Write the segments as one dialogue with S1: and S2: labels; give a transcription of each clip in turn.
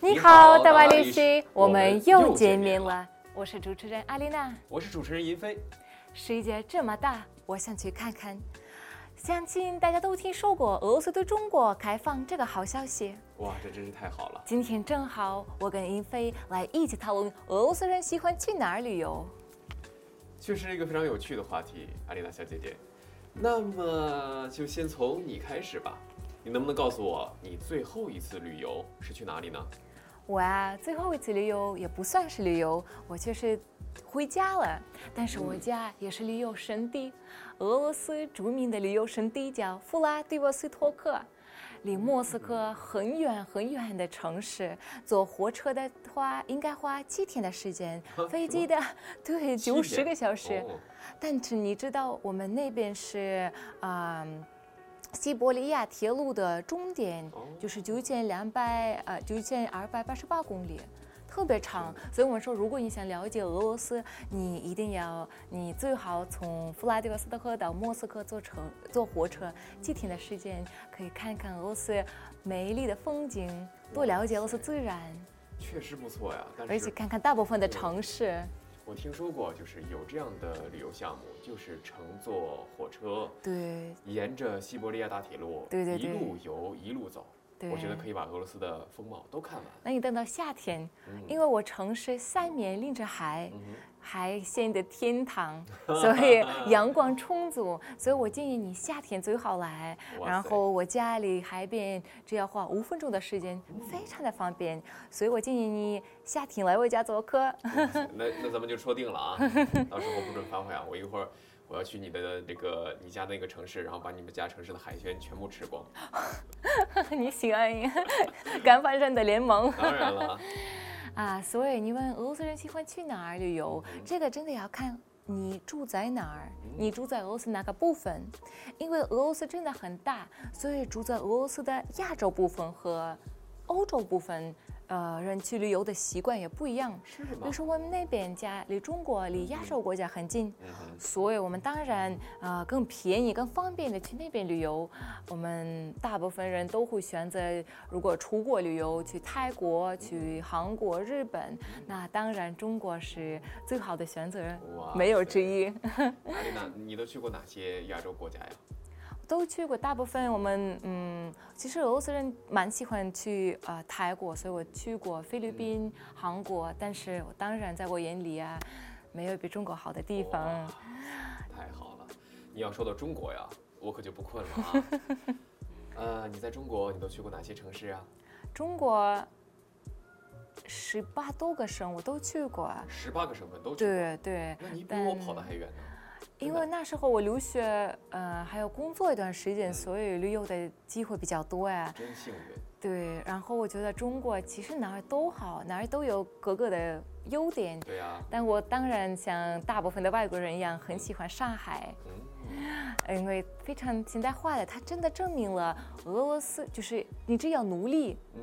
S1: 你
S2: 好，
S1: 好，大
S2: 大
S1: 外
S2: 外
S1: 律
S2: 律
S1: 师
S2: 师，
S1: 我
S2: 我们
S1: 们
S2: 又
S1: 又
S2: 见
S1: 见
S2: 面
S1: 面
S2: 了
S1: 了。我是主持人阿丽娜。
S2: 我是主持人银飞。
S1: 世界这么大，我想去看看。相信大家都听说过俄罗斯对中国开放这个好消息。
S2: 哇，这真是太好了！
S1: 今天正好，我跟英飞来一起讨论俄罗斯人喜欢去哪儿旅游。
S2: 确实是一个非常有趣的话题，阿丽娜小姐姐。那么就先从你开始吧，你能不能告诉我你最后一次旅游是去哪里呢？
S1: 我啊，最后一次旅游也不算是旅游，我就是回家了。但是我家也是旅游胜地，俄罗斯著名的旅游胜地叫布拉迪沃斯托克，离莫斯科很远很远的城市，坐火车的话应该花七天的时间
S2: 啊，
S1: 飞
S2: 什
S1: 机的对
S2: 七
S1: 九十
S2: 天
S1: 个小时。
S2: 哦
S1: 但是你知道我们那边是啊、嗯西伯利亚铁路的终点
S2: 哦，
S1: 就是九千两百呃九千二百八十八公里。特别长，所以我们说，如果你想了解俄罗斯，你一定要，你最好从弗拉迪沃斯托克到莫斯科坐乘坐火车，七天的时间可以看看俄罗斯美丽的风景，多了解俄罗斯自然，
S2: 确实不错呀。但
S1: 而
S2: 是
S1: 且看看大部分的城市。
S2: 我听说过，就是有这样的旅游项目，就是乘坐火车，
S1: 对
S2: 沿着西伯利亚大铁路，
S1: 对对对
S2: 一路游一路走。
S1: 对，
S2: 我觉得可以把俄罗斯的风貌都看完。
S1: 那你等到夏天，
S2: 嗯
S1: 因为我城市三面临着海，
S2: 嗯哼
S1: 海鲜的天 堂，所以阳光充足，所以我建议你夏天最好来。
S2: 哇塞
S1: 然后我家离海边只要花五分钟的时间，非常的方便，所以我建议你夏天来我家做客。 嗯
S2: 那那咱们就说定了啊，到时候不准反悔啊！我一会儿我要去你的那个你家那个城市，然后把你们家城市的海鲜全部吃光。
S1: 你喜欢 干饭人的联盟。
S2: 当然了 啊，
S1: 啊，所以你问俄罗斯人喜欢去哪儿旅游，
S2: 嗯
S1: 这个真的要看你住在哪儿，你住在俄罗斯哪个部分，因为俄罗斯真的很大，所以住在俄罗斯的亚洲部分和欧洲部分，呃，人去旅游的习惯也不一样。
S2: 是
S1: 比
S2: 吗
S1: 如？说我们那边家离中国、离亚洲国家很近，
S2: 嗯哼，
S1: 所以我们当然呃更便宜、更方便的去那边旅游。我们大部分人都会选择，如果出国旅游，去泰国、去韩国、日本，那当然中国是最好的选择，
S2: 哇
S1: 没有之一。
S2: 阿丽娜，你都去过哪些亚洲国家呀？
S1: 都去过，大部分我们嗯，其实俄罗斯人蛮喜欢去呃泰国，所以我去过菲律宾、韩国，但是我当然在我眼里啊，没有比中国好的地方
S2: 哇。太好了！你要说到中国呀，我可就不困了 啊。呃，你在中国你都去过哪些城市啊？
S1: 中国十八多个省我都去过，啊
S2: 十八个省份都去过。
S1: 对对，
S2: 那你比
S1: 但
S2: 我跑得还远呢。
S1: 因为那时候我留学，呃，还有工作一段时间，所以旅游的机会比较多呀。
S2: 真幸运，
S1: 对，然后我觉得中国其实哪儿都好，哪儿都有各个的优点。
S2: 对呀、
S1: 但我当然像大部分的外国人一样，很喜欢上海，呃
S2: 嗯，
S1: 因为非常现代化的，它真的证明了俄罗斯就是你只要努力，
S2: 嗯，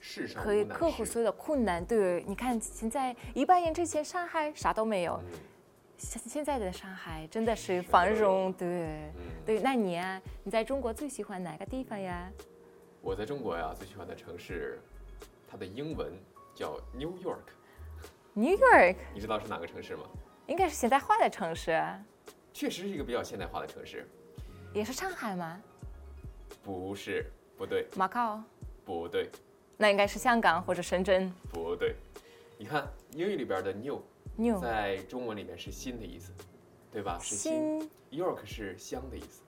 S2: 世上
S1: 可以
S2: 无难
S1: 克服
S2: 事
S1: 所有的困难。对，你看现在一百年之前上海啥都没有，
S2: 嗯
S1: 现现在的上海真的是
S2: 是
S1: 繁
S2: 的
S1: 荣。对，
S2: 嗯
S1: 对，那你啊，你在中国最喜欢哪个地方呀？
S2: 我在中国呀，最喜欢的城市，它的英文叫 New York，
S1: New York
S2: 你知道是哪个城市吗？
S1: 应该是现代化的城市，
S2: 确实是一个比较现代化的城市。
S1: 也是上海吗？
S2: 不是，不对，
S1: 马靠，
S2: 不对，
S1: 那应该是香港或者深圳。
S2: 不对。你看英语里边的 new
S1: New
S2: 在中文里面是新的意思，对吧？是新
S1: 新哎
S2: York 是乡的意思，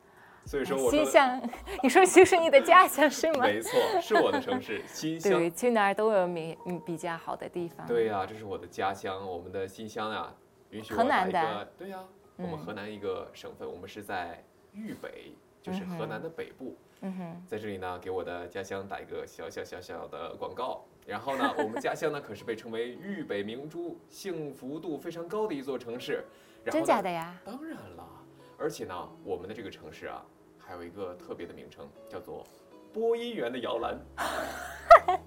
S2: 所以说我
S1: 西
S2: 说的
S1: 乡，你说就是你的家乡是吗？
S2: 没错，是我的城市 新乡。
S1: 对，去哪儿都有比嗯比较好的地方。
S2: 对呀、这是我的家乡，我们的新乡啊，允许我
S1: 河
S2: 打
S1: 南
S2: 一
S1: 的嗯
S2: 个，对呀、我们河南一个省份，我们是在豫北，就是河南的北部。
S1: 嗯哼，
S2: 在这里呢，给我的家乡打一个小小小小的广告。然后呢，我们家乡呢可是被称为豫北明珠，幸福度非常高的一座城市。然后
S1: 真
S2: 呢
S1: 假的？呀？
S2: 当然了，而且呢，我们的这个城市啊，还有一个特别的名称，叫做播音员的 摇篮。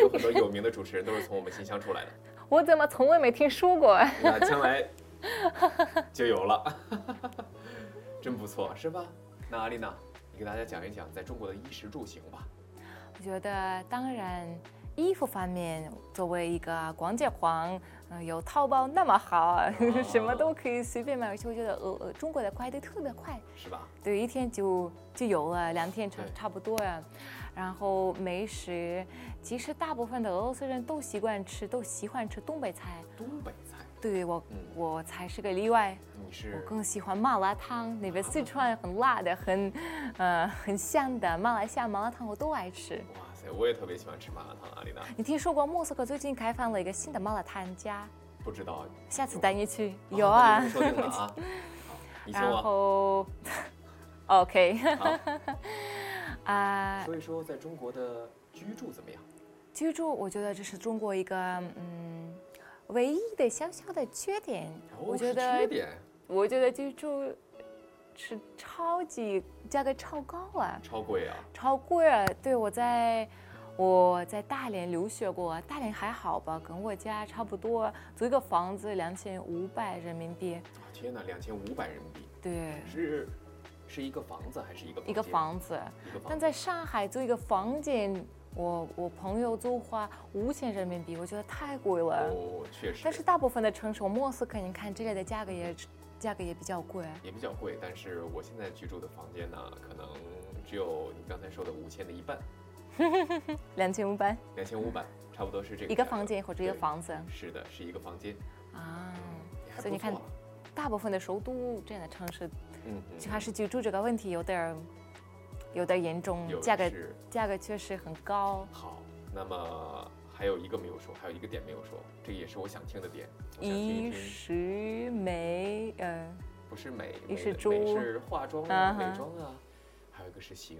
S2: 有很多有名的主持人都是从我们新乡出来的。
S1: 我怎么从未没听说过？
S2: 那将来就有了， 真不错，是吧？那阿丽娜，你给大家讲一讲在中国的衣食住行吧。
S1: 我觉得当然，衣服方面，作为一个逛街狂，呃，有淘宝那么好 啊，什么都可以随便买，而且我觉得呃呃中国的快递特别快，
S2: 是吧？
S1: 对，一天就就有了，两天差
S2: 对
S1: 差不多呀。然后美食，其实大部分的俄罗斯人都习惯吃，都喜欢吃东北菜。
S2: 东北菜，
S1: 对我，
S2: 嗯
S1: 我才是个例外。
S2: 你
S1: 我
S2: 是
S1: 更喜欢麻辣烫，那边四川很辣的，很，呃，很香的，马来西亚麻辣烫我都爱吃。
S2: 哇塞，我也特别喜欢吃麻辣烫，阿丽娜。
S1: 你听说过莫斯科最近开放了一个新的麻辣烫家？
S2: 不知道，
S1: 下次带你去。
S2: 哦
S1: 有
S2: 那
S1: 啊
S2: 就，说定了啊。好你说
S1: 然
S2: 啊，
S1: 后，OK，
S2: 好，
S1: 啊、
S2: 说一说在中国的居住怎么样？
S1: 居住，我觉得这是中国一个嗯唯一的小小的缺点。我
S2: 哦
S1: 觉
S2: 是
S1: 得
S2: 缺，点
S1: 我觉得居住是超级价格超高啊，
S2: 超贵啊，
S1: 超贵啊！对我在我在大连留学过，大连还好吧，跟我家差不多，租一个房子两千五百人民币，
S2: 啊天哪，两千五百人民币
S1: 对，
S2: 是是一个房子还是一个
S1: 一个
S2: 间，
S1: 房子。
S2: 一个房
S1: 但
S2: 子
S1: 在上海租一个房间，我我朋友就花五千人民币，我觉得太贵了。
S2: 哦，确实，
S1: 但是大部分的城市，我莫斯科，你看这类的价格也价格也比较贵。
S2: 也比较贵。但是我现在居住的房间呢，可能只有你刚才说的五千的一半，
S1: 两千五百
S2: 两千五百，差不多是这个
S1: 嗯一个
S2: 价格
S1: 房间或者一个
S2: 对
S1: 房子
S2: 是的，是一个房间，
S1: 啊，
S2: 也还
S1: 所以你
S2: 不
S1: 看
S2: 错了，
S1: 大部分的首都这样的城市，
S2: 嗯，
S1: 就还是居住这个问题有点儿有点儿严重
S2: 有，
S1: 价格
S2: 是
S1: 价格确实很高。
S2: 好，那么还有一个没有说，还有一个点没有说，这也是我想听的点。我想听一
S1: 衣
S2: 听，
S1: 食美，嗯、
S2: 不是美，
S1: 一
S2: 美
S1: 是
S2: 的
S1: 猪
S2: 美是化妆啊、
S1: 嗯哼
S2: 美妆啊，还有一个是行，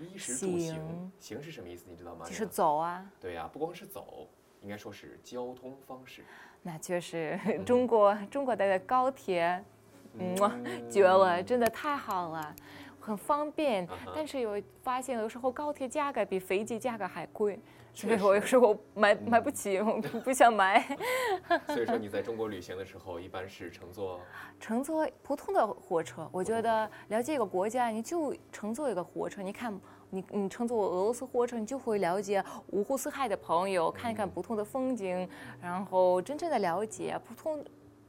S2: 衣食住行
S1: 行，
S2: 行是什么意思？你知道吗？
S1: 就是
S2: 丽娜
S1: 走啊，
S2: 对呀、不光是走，应该说是交通方式。
S1: 那确实中国中国的高铁嗯哇
S2: 嗯
S1: 绝了，真的太好了，很方便
S2: 啊哈。
S1: 但是有发现，有时候高铁价格比飞机价格还贵，所
S2: 确
S1: 以我有
S2: 实
S1: 时候买
S2: 嗯
S1: 买不起，我不想买。
S2: 所以说你在中国旅行的时候，一般是 乘坐
S1: 乘坐普通的火车，我觉得了解一个国家，你就乘坐一个火车。你看，你你乘坐俄罗斯火车，你就会了解五湖四海的朋友，看一看不同的风景，然后真正的了解普通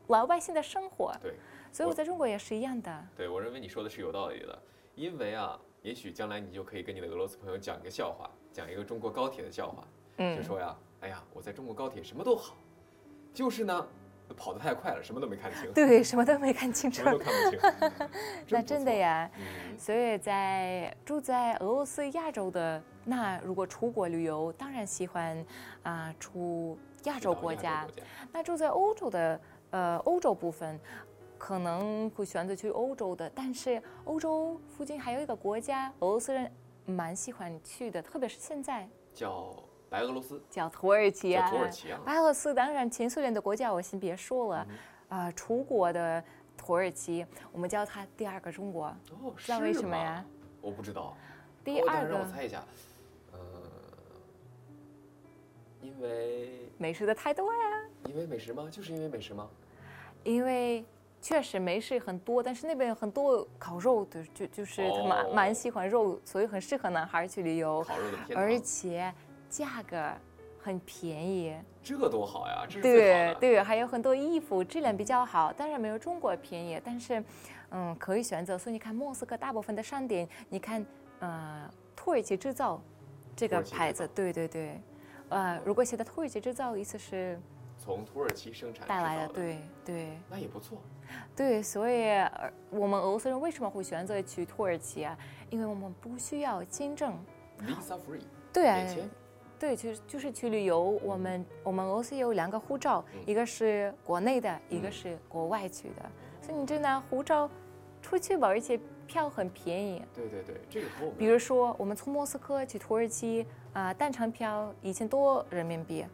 S1: 老百姓的生活。
S2: 对。
S1: 所以
S2: 我
S1: 我在中国也是一样的。
S2: 对，我认为你说的是有道理的，因为啊，也许将来你就可以跟你的俄罗斯朋友讲一个笑话，讲一个中国高铁的笑话，
S1: 嗯
S2: 就说呀，哎呀，我在中国高铁什么都好，就是呢，跑得太快了，什么都没看 清，
S1: 对，什么都没看清楚，
S2: 什么。都看不清
S1: 那真的呀，
S2: 不错，嗯
S1: 所以在住在俄罗斯亚洲的，那如果出国旅游，当然喜欢啊、出亚洲国家。那住在欧洲的，呃，欧洲部分。可能会选择去欧洲的，但是欧洲附近还有一个国家，俄罗斯人蛮喜欢去的，特别是现在
S2: 叫白俄罗斯，
S1: 叫土耳其
S2: 叫
S1: 啊。
S2: 土耳其嗯啊，
S1: 白俄罗斯当然前苏联的国家，我先别说了，啊、楚国的土耳其，我们叫它第二个中国，
S2: 哦，
S1: 知道为
S2: 是
S1: 什么
S2: 吗
S1: 呀？
S2: 我不知道，
S1: 第
S2: 哦当
S1: 二
S2: 然
S1: 个。
S2: 让我猜一下，嗯，因为
S1: 美食的啊太多呀。
S2: 因为美食吗？就是因为美食吗？
S1: 因为确实美食很多，但是那边有很多烤肉的，就就是他们
S2: 哦
S1: 蛮喜欢肉，所以很适合男孩去旅游，
S2: 烤肉的天堂，
S1: 而且价格很便宜。
S2: 这多好呀，这是最好
S1: 对
S2: 的。
S1: 对，还有很多衣服质量比较好，当然没有中国便宜，但是嗯可以选择。所以你看莫斯科大部分的商店，你看呃土耳其制造这
S2: 土
S1: 个
S2: 耳其制
S1: 牌
S2: 造
S1: 子，对对对，呃如果写的土耳其制造，意思是
S2: 从土耳其生产
S1: 带
S2: 制
S1: 来
S2: 造
S1: 的，，对对。
S2: 那也不错。
S1: 对，所以呃我们俄罗斯人为什么会选择去土耳其啊？因为我们不需要签证。
S2: Visa free，
S1: 对啊
S2: 免签，
S1: 对，就是就是去旅游，我们我们俄罗斯有两个护照，一个是国内的，一个是国外去的。所以你就拿护照出去吧，而且票很便宜。
S2: 对对对，这个和我们
S1: 比如说，我们从莫斯科去土耳其啊、单程票一千多人民币。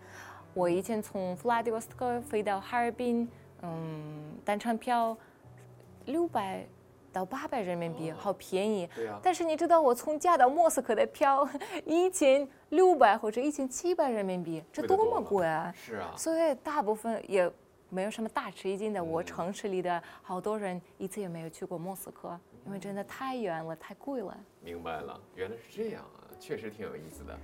S1: 我以前从弗拉迪沃斯克飞到哈尔滨，嗯，单程票六百到八百人民币，
S2: 哦
S1: 好便宜。
S2: 对啊，
S1: 但是你知道我从家到莫斯科的票 一千六百或者一千七百人民币，这
S2: 贵得
S1: 多
S2: 多
S1: 么
S2: 吗
S1: 贵啊！
S2: 是啊，
S1: 所以大部分也没有什么大吃一惊的。我
S2: 嗯
S1: 城市里的好多人一次也没有去过莫斯科，因为真的太远了，太贵了。
S2: 明白了，原来是这样啊，确实挺有意思的。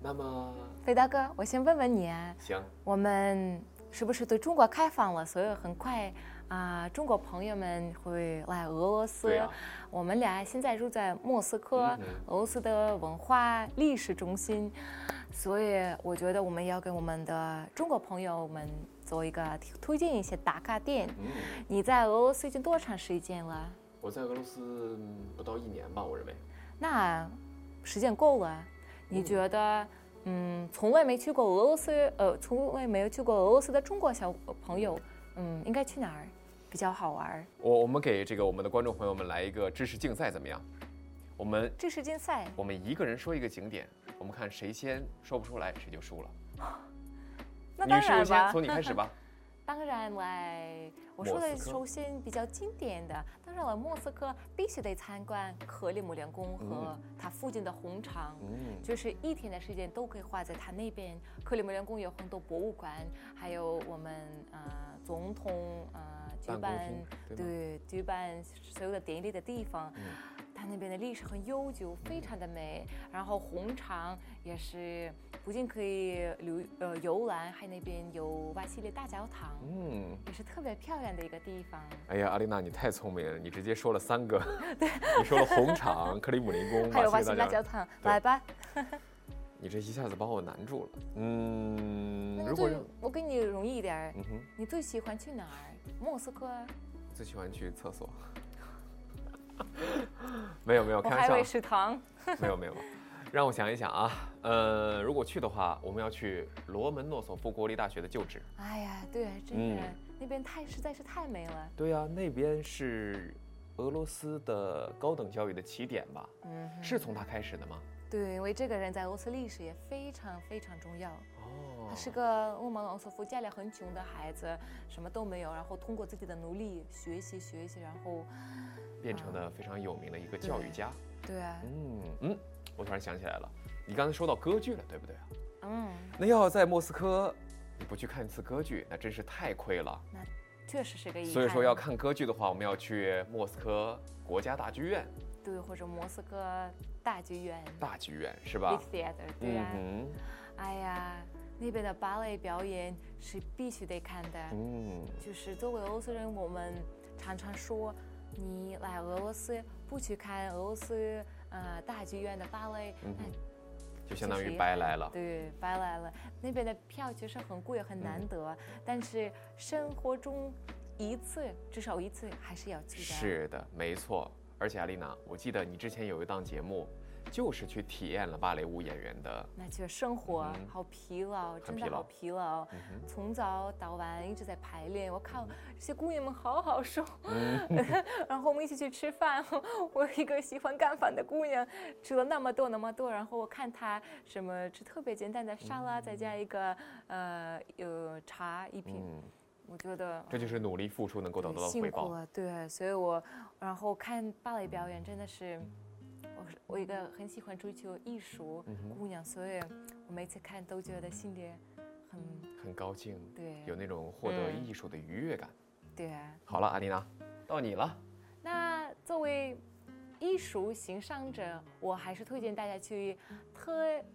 S2: 那么
S1: 肥大哥，我先问问你啊，
S2: 行，
S1: 我们是不是对中国开放了？所以很快啊、中国朋友们会来俄罗斯。
S2: 对啊，
S1: 我们俩现在住在莫斯科，
S2: 嗯嗯
S1: 俄罗斯的文化历史中心，所以我觉得我们要跟我们的中国朋友们做一个推荐一些打卡店。
S2: 嗯，
S1: 你在俄罗斯已经多长时间了？
S2: 我在俄罗斯嗯不到一年吧，我认为。
S1: 那时间够了，啊你觉得？嗯，从来没去过俄罗斯，呃，从来没有去过俄罗斯的中国小朋友，嗯，应该去哪儿比较好玩儿？
S2: 我我们给这个我们的观众朋友们来一个知识竞赛，怎么样？我们
S1: 这是竞赛，
S2: 我们一个人说一个景点，我们看谁先说不出来谁就输了。
S1: 那当
S2: 女士优
S1: 然
S2: 先，
S1: 吧，
S2: 从你开 始吧。
S1: 当然来，我说
S2: 莫
S1: 的
S2: 斯科
S1: 首先比较经典的，当然了，莫斯科必须得参观克里姆林宫和它附近的红场。
S2: 嗯，
S1: 就是一天的时间都可以花在它那边。克里姆林宫有很多博物馆，还有我们呃总统呃举
S2: 办
S1: 办
S2: 公厅对吗？嗯
S1: 对举办所有的典礼的地方，它那边的历史很悠久，非常的美。然后红场也是不仅可以游呃游览，还那边有瓦西里大教堂，
S2: 嗯，
S1: 也是特别漂亮的一个地方。
S2: 哎呀，阿丽娜，你太聪明了，你直接说了三 个。你说了红场、克里姆林宫、
S1: 还有
S2: 嗯瓦
S1: 瓦
S2: 西
S1: 西
S2: 里
S1: 里
S2: 大
S1: 大教
S2: 教堂，
S1: 堂，
S2: 对
S1: 来吧。
S2: 你这一下子把我难住了。嗯，
S1: 那
S2: 如果
S1: 最
S2: 让
S1: 我跟你容易一点儿，
S2: 嗯哼，
S1: 你最喜欢去哪儿？莫斯科？啊
S2: 最喜欢去厕所。 没有没有，
S1: 我
S2: 开
S1: 还以为
S2: 玩笑，
S1: 食堂。
S2: 没有没有。让我想一想啊，呃，如果去的话，我们要去罗门诺索夫国立大学的旧址。
S1: 哎呀，对，真
S2: 嗯
S1: 的、那边太实在是太美了。
S2: 对呀、那边是俄罗斯的高等教育的起点吧？
S1: 嗯哼，
S2: 是从它开始的吗？
S1: 对，因为这个人在俄罗斯历史也非常非常重要。
S2: 哦
S1: 啊他是个乌蒙罗索夫家里很穷的孩子，什么都没有，然后通过自己的努力学习学习，然后
S2: 变
S1: 啊
S2: 成了非常有名的一个教育家。
S1: 对啊，
S2: 嗯嗯，我突然想起来了，你刚才说到歌剧了，对不对啊？
S1: 嗯，
S2: 那要在莫斯科，你不去看一次歌剧，那真是太亏了。
S1: 确实是个遗憾。
S2: 所以说要看歌剧的话，我们要去莫斯科国家大剧院，
S1: 对，或者莫斯科大剧院
S2: 大剧院是吧
S1: Big？Theater，对啊，
S2: 嗯
S1: 哎呀，那边的芭蕾表演是必须得看的。
S2: 哼嗯，
S1: 就是作为俄罗斯人，我们常常说，你来俄罗斯不去看俄罗斯呃大剧院的芭蕾，
S2: 嗯哼
S1: 那
S2: 就相当
S1: 其实
S2: 于
S1: 也
S2: 白
S1: 很
S2: 来了。
S1: 对，白来了。那边的票其实很贵，很
S2: 嗯
S1: 难得，但是生活中一次至少一次还是要去的。，
S2: 是的，没错。而且阿丽娜，我记得你之前有一档节目，就是去体验了芭蕾舞演员的。
S1: 那确实生活
S2: 嗯哼
S1: 好疲劳，真
S2: 疲
S1: 的
S2: 劳
S1: 好疲劳，
S2: 嗯哼
S1: 从早到晚一直在排练。我靠，这些姑娘们好好瘦。
S2: 嗯，
S1: 然后我们一起去吃饭。我一个喜欢干饭的姑娘，吃了那么多那么多，然后我看她什么吃特别简单的沙拉，再加一个呃有茶一瓶，
S2: 嗯
S1: 我觉得
S2: 这就是努力付出能够得
S1: 很
S2: 到的
S1: 辛
S2: 回
S1: 苦
S2: 报。
S1: 了。对，所以我然后看芭蕾表演真的是。我是我一个很喜欢追求艺术
S2: 嗯
S1: 姑娘，所以我每次看都觉得心里很
S2: 很高兴，
S1: 对，
S2: 有那种获得
S1: 嗯
S2: 艺术的愉悦感。
S1: 对啊。
S2: 好了，阿丽娜，到你了。
S1: 那作为艺术欣赏者，我还是推荐大家去特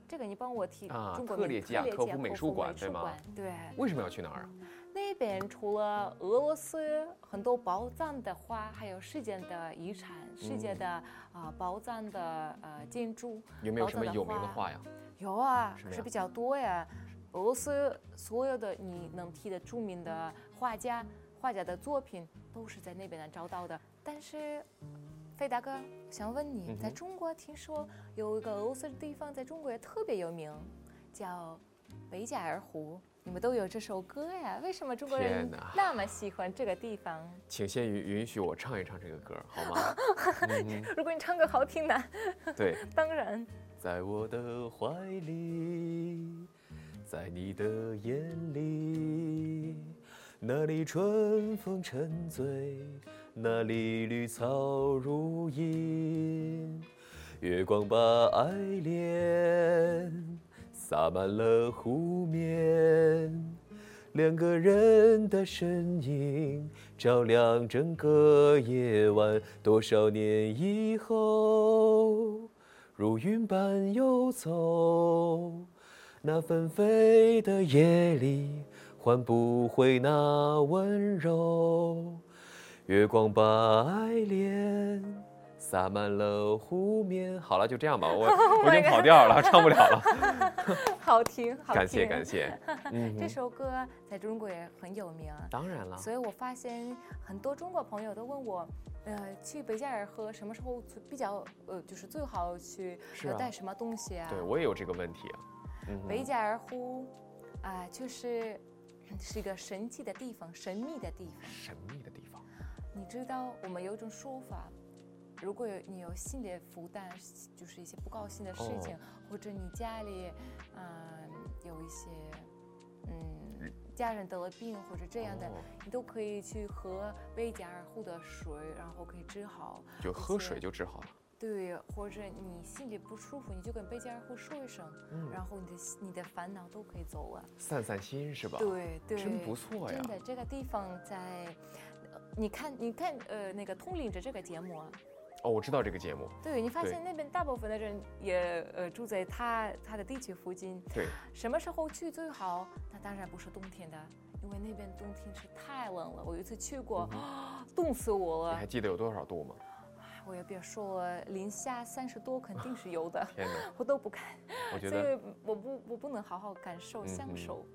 S1: 这个，你帮我提、
S2: 啊
S1: 中国
S2: 特
S1: 名
S2: 列基亚科夫美术馆对
S1: 对
S2: 吗？
S1: 对，
S2: 为什么要去哪儿啊？
S1: 那边除了俄罗斯很多宝藏的花，还有世界的遗产、世
S2: 嗯
S1: 界的啊、呃宝藏的呃建筑，
S2: 有没有
S1: 宝
S2: 什么
S1: 藏的
S2: 有名的
S1: 花
S2: 画呀？
S1: 有啊，
S2: 什么
S1: 还是
S2: 呀
S1: 比较多呀。俄罗斯所有的你能提的著名的画家、画家的作品都是在那边能找到的。但是，费大哥，想问你，
S2: 嗯哼
S1: 在中国听说有一个俄罗斯地方在中国也特别有名，叫北加尔湖。你们都有这首歌呀？为什么中国人
S2: 天哪
S1: 那么喜欢这个地方？
S2: 请先允允许我唱一唱这个歌，好吗？嗯
S1: 如果你唱歌好听呢，
S2: 哼对，
S1: 当然。
S2: 在我的怀里，在你的眼里，那里春风沉醉，那里绿草如茵，月光把爱恋洒满了湖面，两个人的身影照亮整个夜晚。多少年以后，如云般游走，那纷飞的夜里，换不回那温柔。月光把爱恋洒满了湖面。好了，就这样吧， 我我已经跑调了，唱不了了。
S1: 好听，好听。
S2: 感谢感。谢， 嗯
S1: 这
S2: 哼，
S1: 首歌在中国也很有名，
S2: 当然了，
S1: 所以我发现很多中国朋友都问我，呃，去北加尔河什么时候比较呃，就是最好去、
S2: 是
S1: 呃
S2: 啊
S1: 带什么东西啊？
S2: 对我也有这个问题。嗯
S1: 北
S2: 哼，
S1: 加尔湖啊、就是是一个神奇的地方，神秘的地方。
S2: 神秘的地方，
S1: 你知道我们有一种说法，如果有你有心理负担，就是一些不高兴的事情，
S2: 哦
S1: 或者你家里嗯、有一些嗯家人得了病或者这样的，
S2: 哦
S1: 你都可以去喝贝加尔湖的水，然后可以治好。
S2: 就喝水
S1: 些
S2: 就治好了。
S1: 对，或者你心里不舒服，你就跟贝加尔湖说一声，
S2: 嗯
S1: 然后你的心你的烦恼都可以走了。
S2: 散散心是吧？
S1: 对对，
S2: 真不错呀
S1: 真的，这个地方在，呃你看，你看，呃，那个《通灵者》这个节目啊，
S2: 哦，我知道这个节目，
S1: 对你发
S2: 对
S1: 现那边大部分的人也呃住在他他的地区附近，
S2: 对，
S1: 什么时候去最好？那当然不是冬天的，因为那边冬天是太冷了。我有一次去过，
S2: 嗯
S1: 冻死我
S2: 你
S1: 了
S2: 还。记得有多少度吗？
S1: 我也别说了，零下三十多肯定是
S2: ，
S1: 有的
S2: 天哪，
S1: 我都不敢，
S2: 我觉
S1: 所
S2: 得
S1: 以我不我不能好好感受
S2: 嗯
S1: 享
S2: 哼
S1: 受。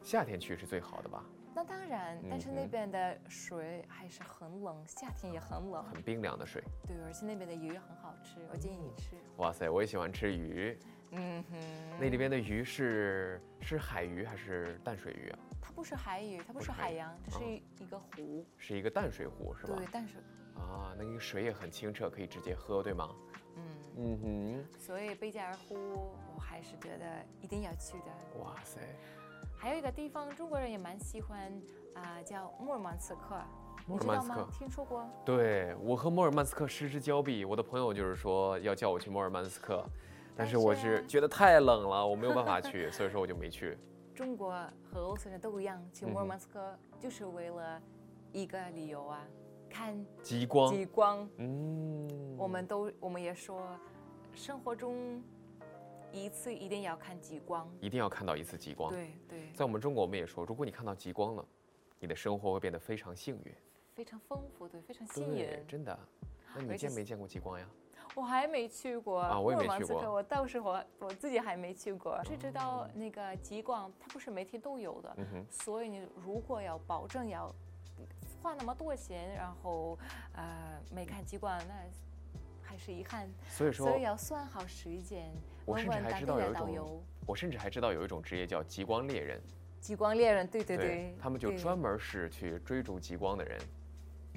S2: 夏天去是最好的吧，
S1: 那当然，但是
S2: 嗯
S1: 那
S2: 哼
S1: 边的水还是很冷，夏天也很冷，
S2: 很冰凉的水。
S1: 对，而且那边的鱼很好吃，我建议你吃。
S2: 哇塞，我也喜欢吃鱼，
S1: 嗯哼，
S2: 那里边的鱼是是海鱼还是淡水鱼啊？
S1: 它不是海鱼，它不
S2: 不
S1: 是
S2: 是海
S1: 海
S2: 鱼
S1: 洋，这
S2: 哦
S1: 是一一个湖，
S2: 是一个淡水湖是吧？
S1: 对，但是
S2: 啊，那个水也很清澈，可以直接喝，对吗？
S1: 嗯，
S2: 嗯哼，
S1: 所以贝加尔湖我还是觉得一定要去的。
S2: 哇塞，
S1: 还有一个地方中国人也蛮喜欢啊、叫莫尔曼斯克，你
S2: 莫尔
S1: 知
S2: 曼
S1: 道
S2: 斯克
S1: 吗？听说过？
S2: 对我和摩尔曼斯克失之交臂，我的朋友就是说要叫我去摩尔曼斯克，但是
S1: 但
S2: 我
S1: 是啊
S2: 是觉得太冷了，我没有办法去，所以说我就没去。
S1: 中国和俄罗斯人都一样，去
S2: 嗯哼
S1: 莫尔曼斯克就是为了一个理由啊，看
S2: 极光，
S1: 极光。
S2: 嗯，
S1: 我们都我们也说，生活中一次一定要看极光。
S2: 一定要看到一次极光。
S1: 对对，
S2: 在我们中国，我们也说，如果你看到极光了，你的生活会变得非常幸运。
S1: 非常丰富，对，非常吸引
S2: 对
S1: 人，。
S2: 真的。那
S1: 而
S2: 你
S1: 且
S2: 见没见过极光呀？
S1: 我还没去过
S2: 啊我也
S1: 乌尔
S2: 没
S1: 芒
S2: 去
S1: 斯
S2: 过
S1: 克我到时候我自己还没去过。只知道那个极光，它不是每天都有的，
S2: 嗯哼，
S1: 所以你如果要保证要花那么多钱，然后呃没看极光，那还是遗憾。
S2: 所以
S1: 所
S2: 说
S1: 以，要算好时间，
S2: 我
S1: 问
S2: 甚至
S1: 问
S2: 还
S1: 当
S2: 知
S1: 地
S2: 道有
S1: 的
S2: 一
S1: 导
S2: 种
S1: 游。
S2: 我甚至还知道有一种职业叫极光猎人，
S1: 极光猎人，对对
S2: 他们就
S1: 对
S2: 专门是去追逐极光的人。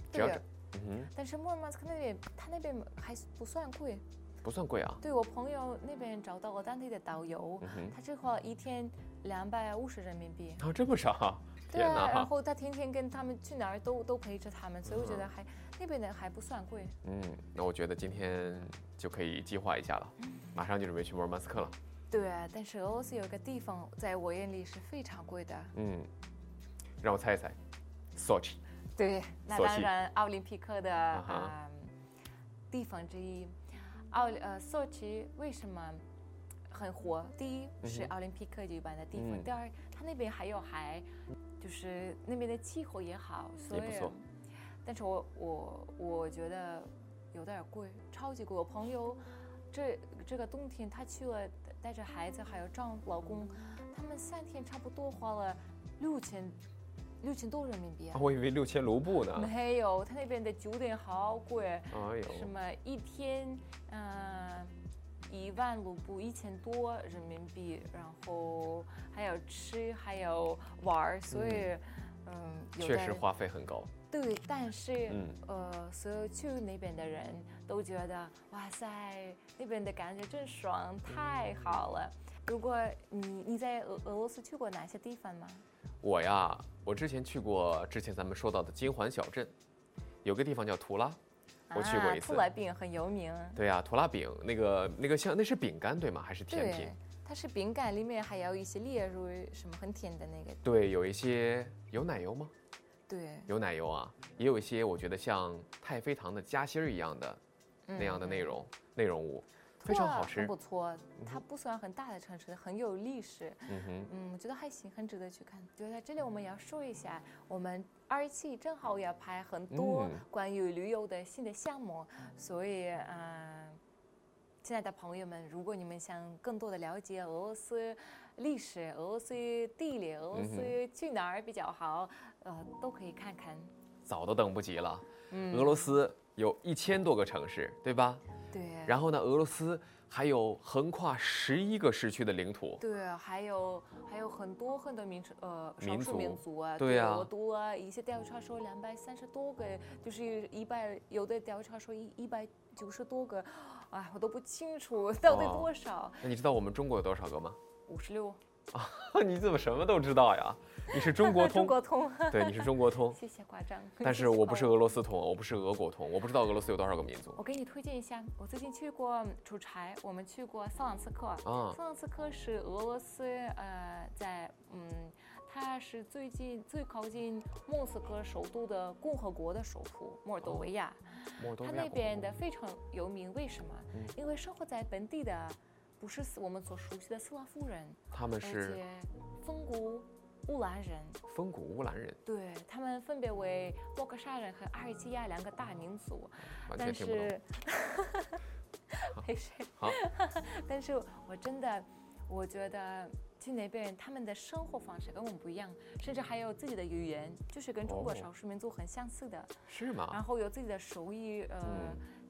S2: 只
S1: 对
S2: 要
S1: 呀
S2: 找嗯哼，
S1: 但是莫尔曼斯克那边，他那边还不算贵。
S2: 不算贵啊。
S1: 对我朋友那边找到了当地的导游，
S2: 嗯哼，
S1: 他只花一天两百五十人民币。
S2: 啊，这么少啊，
S1: 对
S2: 天
S1: 啊，然
S2: 哪！
S1: 后他天天跟他们去哪儿都都陪着他们，所以我觉得还、那边的还不算贵。
S2: 嗯，那我觉得今天就可以计划一下了，
S1: 嗯
S2: 马上就准备去摩尔曼斯克了。
S1: 对啊，但是俄罗斯有一个地方在我眼里是非常贵的。
S2: 嗯，让我猜一猜，Sochi。
S1: 对，那
S2: 索
S1: 当
S2: 契
S1: 然奥林匹克的
S2: 啊哈
S1: 啊、地方之一。奥呃，索契为什么很火？第一是
S2: 嗯哼
S1: 奥林匹克举办的地方，
S2: 嗯
S1: 第二它那边还有海，就是那边的气候也好，所以
S2: 也不错
S1: 但是我我我觉得有点贵，超级贵。我朋友这这个冬天他去了，带着孩子还有丈老公，他们三天差不多花了六千六千多人民币啊
S2: 啊，我以为六千卢布呢。
S1: 没有，他那边的酒店好贵，
S2: 哎
S1: 什
S2: 呦，
S1: 么一天，嗯、一万卢布，一千多人民币，然后还有吃，还有玩儿，所以，嗯，有
S2: 确
S1: 的
S2: 实花费很高。
S1: 对，但是，
S2: 嗯，
S1: 呃，所有去那边的人都觉得，哇塞，那边的感觉真爽，太好了。
S2: 嗯
S1: 如果你你在俄俄罗斯去过哪些地方吗？
S2: 我呀，我之前去过之前咱们说到的金环小镇，有个地方叫图拉。我去过一
S1: 啊、
S2: 次
S1: 兔来饼很有名。
S2: 对呀、图拉饼那个那个像那是饼干对吗？还是甜品
S1: 对？，它是饼干，里面还有一些炼乳，什么很甜的那个。
S2: 对有一些有奶油吗？
S1: 对，
S2: 有奶油啊，也有一些我觉得像太妃糖的夹心儿一样的
S1: 那
S2: 嗯那样的内。容、内容物。非常好
S1: 特
S2: 吃
S1: 嗯很不错。它不虽然很大的城市，很有历史，
S2: 嗯哼，
S1: 嗯，我觉得还行，很值得去看。就在这里，我们也要说一下，我们二期正好也拍很多
S2: 嗯
S1: 关于旅游的新的项目，所以呃，亲爱的朋友们，如果你们想更多的了解俄罗斯历史、俄罗斯地理、俄罗
S2: 嗯
S1: 斯去哪儿比较好，呃，都可以看看。
S2: 早都等不及了。
S1: 嗯，
S2: 俄罗斯有一千多个城市，对吧？
S1: 对。
S2: 然后呢，俄罗斯还有横跨十一个时区的领土。
S1: 对，还有还有很多很多民族，呃，少
S2: 民
S1: 数
S2: 族
S1: 民族啊，
S2: 对呀
S1: 俄多啊，一些调查说两百三十多个，就是一百，有的调查说一一百九十多个，哎，我都不清楚到底
S2: 哇
S1: 多少，
S2: 那你知道我们中国有多少个吗？
S1: 五十六，
S2: 你怎么什么都知道呀？你是中 国
S1: 中
S2: 通，
S1: 国通，。
S2: 对，你是中国通
S1: 谢谢夸张。谢
S2: 但是
S1: 谢
S2: 我
S1: 夸
S2: 不是
S1: 张
S2: 俄罗斯通，我不是俄国通，我不知道俄罗斯有多少个民族
S1: 我给你推荐一下，我最近去过出差，我们去过萨朗斯克。
S2: 啊。
S1: 萨朗斯克是俄罗斯，呃，在嗯，它是最近最靠近莫斯科首都的共和国的首都莫尔多维亚。
S2: 莫尔多
S1: 它
S2: 维哦亚
S1: 那
S2: 共和
S1: 边
S2: 国嗯
S1: 的非常有名，为什么？因为生活在本地的不是我们所熟悉的斯拉夫人，
S2: 他们
S1: 而
S2: 是
S1: 且蒙古乌兰人。
S2: 风谷乌兰人，
S1: 对他们分别为莫克沙人和阿尔及利亚两个大民族，
S2: 完全
S1: 但
S2: 听不懂。
S1: 是， 没事。
S2: 好
S1: 但是我真的，我觉得去那边他们的生活方式跟我们不一样，甚至还有自己的语言，就是跟中国
S2: 哦
S1: 少数民族很相似的。
S2: 是吗？
S1: 然后有自己的手艺，呃，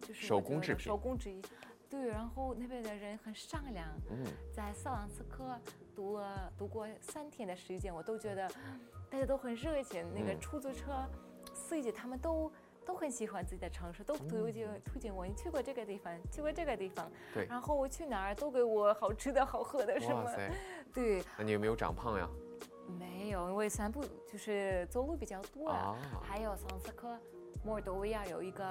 S1: 就是
S2: 嗯手
S1: 我觉
S2: 工
S1: 得
S2: 制品
S1: 手工制艺。对，然后那边的人很善良，
S2: 嗯，
S1: 在萨朗斯克读了读过三天的时间，我都觉得大家都很热情。那个
S2: 嗯
S1: 出租车司机他们都都很喜欢自己的城市，都推荐、推荐我，你去过这个地方，去过这个地方。
S2: 嗯对
S1: 然后我去哪儿都给我好吃的好喝 的什
S2: 哇
S1: 么。
S2: 塞，
S1: 对，
S2: 那你有没有长胖呀？
S1: 没有，因为散步就是走路比较多啊。
S2: 啊，
S1: 还有桑斯克，莫尔多维亚有一个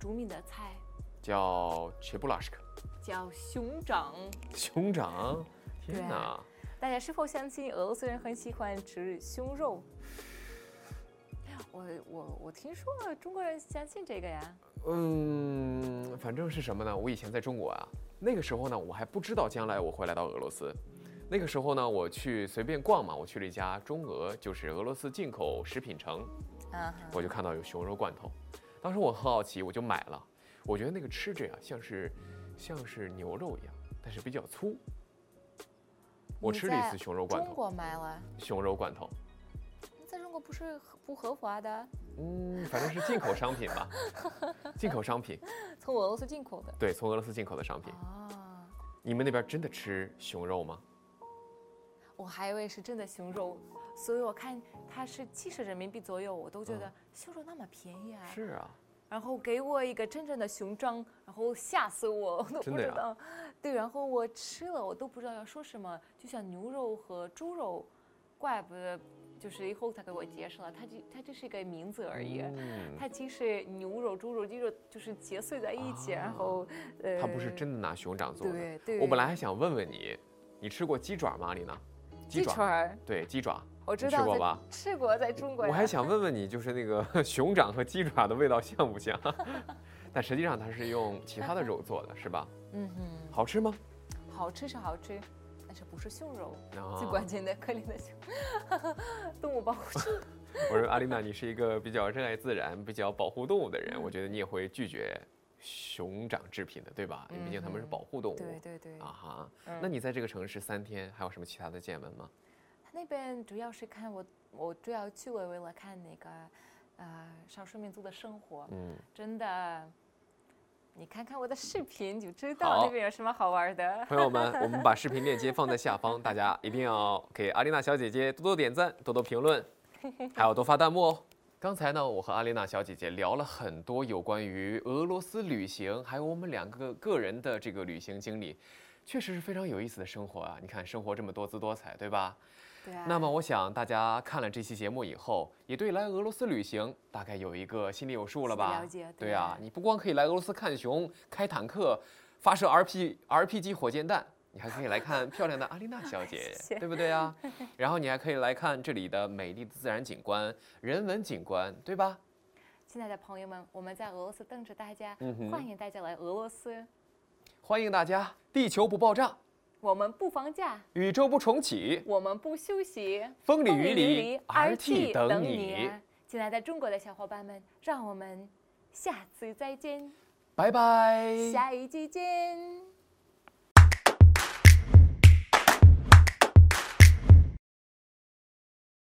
S1: 著名的菜
S2: 叫 c h e b u l a s h k
S1: 叫熊掌。
S2: 熊掌，
S1: 对
S2: 天哪！
S1: 大家是否相信俄罗斯人很喜欢吃胸肉？我我我听说中国人相信这个呀。
S2: 嗯，反正是什么呢？我以前在中国啊，那个时候呢，我还不知道将来我会来到俄罗斯。那个时候呢，我去随便逛嘛，我去了一家中俄，就是俄罗斯进口食品城，
S1: 啊，
S2: 我就看到有熊肉罐头，当时我很好奇，我就买了。我觉得那个吃着呀，像是像是牛肉一样，但是比较粗。我
S1: 你
S2: 吃了一
S1: 在
S2: 次熊肉罐
S1: 中
S2: 头，
S1: 国买了，
S2: 熊肉罐头，
S1: 在中国不是合不合法的，
S2: 嗯，反正是进口商品 吧，进口商品，
S1: 从俄罗斯进口的。
S2: 对，从俄罗斯进口的商品。
S1: 啊，
S2: 你们那边真的吃熊肉吗？
S1: 我还以为是真的熊肉，所以我看它是七十人民币左右，我都觉
S2: 嗯
S1: 得熊肉那么便宜啊。
S2: 是啊，
S1: 然后给我一个真正的熊掌，然后吓死我，我都
S2: 真
S1: 不
S2: 的
S1: 知
S2: 呀
S1: 道。对，然后我吃了，我都不知道要说什么，就像牛肉和猪肉，怪不得就是以后他给我解释了，它这它这是一个名字而已。
S2: 嗯，
S1: 它其实牛肉、猪肉、鸡肉就是结碎在一起，然
S2: 啊
S1: 后，呃，
S2: 他不是真的拿熊掌做的。
S1: 对对。
S2: 我本来还想问问你，你吃过鸡爪吗？你呢？
S1: 鸡腿儿，
S2: 对，鸡爪。
S1: 我
S2: 你
S1: 知
S2: 吃
S1: 道
S2: 过
S1: 在
S2: 吧？
S1: 吃过，在中国呀。
S2: 我还想问问你，就是那 个熊掌和鸡爪的味道像不像？ 但实际上它是用其他的肉做的，是吧？
S1: 嗯哼，
S2: 好吃吗？
S1: 好吃是好吃，但是不是熊肉，
S2: 啊
S1: 最关键的可怜的熊， 动物保护
S2: 我说阿丽娜，你是一个比较热爱自然、比较保护动物的人，我觉得你也会拒绝熊掌制品的，对吧？因为毕竟它们是保护动物。
S1: 嗯对对对
S2: 啊哈，
S1: 嗯
S2: 那你在这个城市三天，还有什么其他的见闻吗？
S1: 他那边主要是看我，我主要去了为了看那个，呃，少数民族的生活，
S2: 嗯，
S1: 真的，你看看我的视频就知道那
S2: 好
S1: 边有什么好玩 的。
S2: 朋友们，我们把视频链接放在下方，大家一定要给阿丽娜小姐姐多多点赞，多多评论，还要多发弹幕哦。刚才呢，我和阿丽娜小姐姐聊了很多有关于俄罗斯旅行，还有我们两个个人的这个旅行经历，确实是非常有意思的生活啊！你看，生活这么多姿多彩，对吧？
S1: 对啊，
S2: 那么我想大家看了这期节目以后，也对来俄罗斯旅行大概有一个心里有数了吧？
S1: 了解对，
S2: 对啊，你不光可以来俄罗斯看熊、开坦克、发射 R P R P G 火箭弹，你还可以来看漂亮的阿丽娜小姐
S1: 谢谢
S2: 对不对啊？然后你还可以来看这里的美丽的自然景观、人文景观，对吧？
S1: 亲爱的朋友们，我们在俄罗斯等着大家，
S2: 嗯哼
S1: 欢迎大家来俄罗斯。
S2: 欢迎大家，地球不爆炸，
S1: 我们不放假，
S2: 宇宙不重启，
S1: 我们不休息，
S2: 风里
S1: 风
S2: 雨里，RT 等
S1: 你
S2: 你，。
S1: 亲爱的中国的小伙伴们，让我们下次再见，
S2: 拜拜。
S1: 嗯下一集见。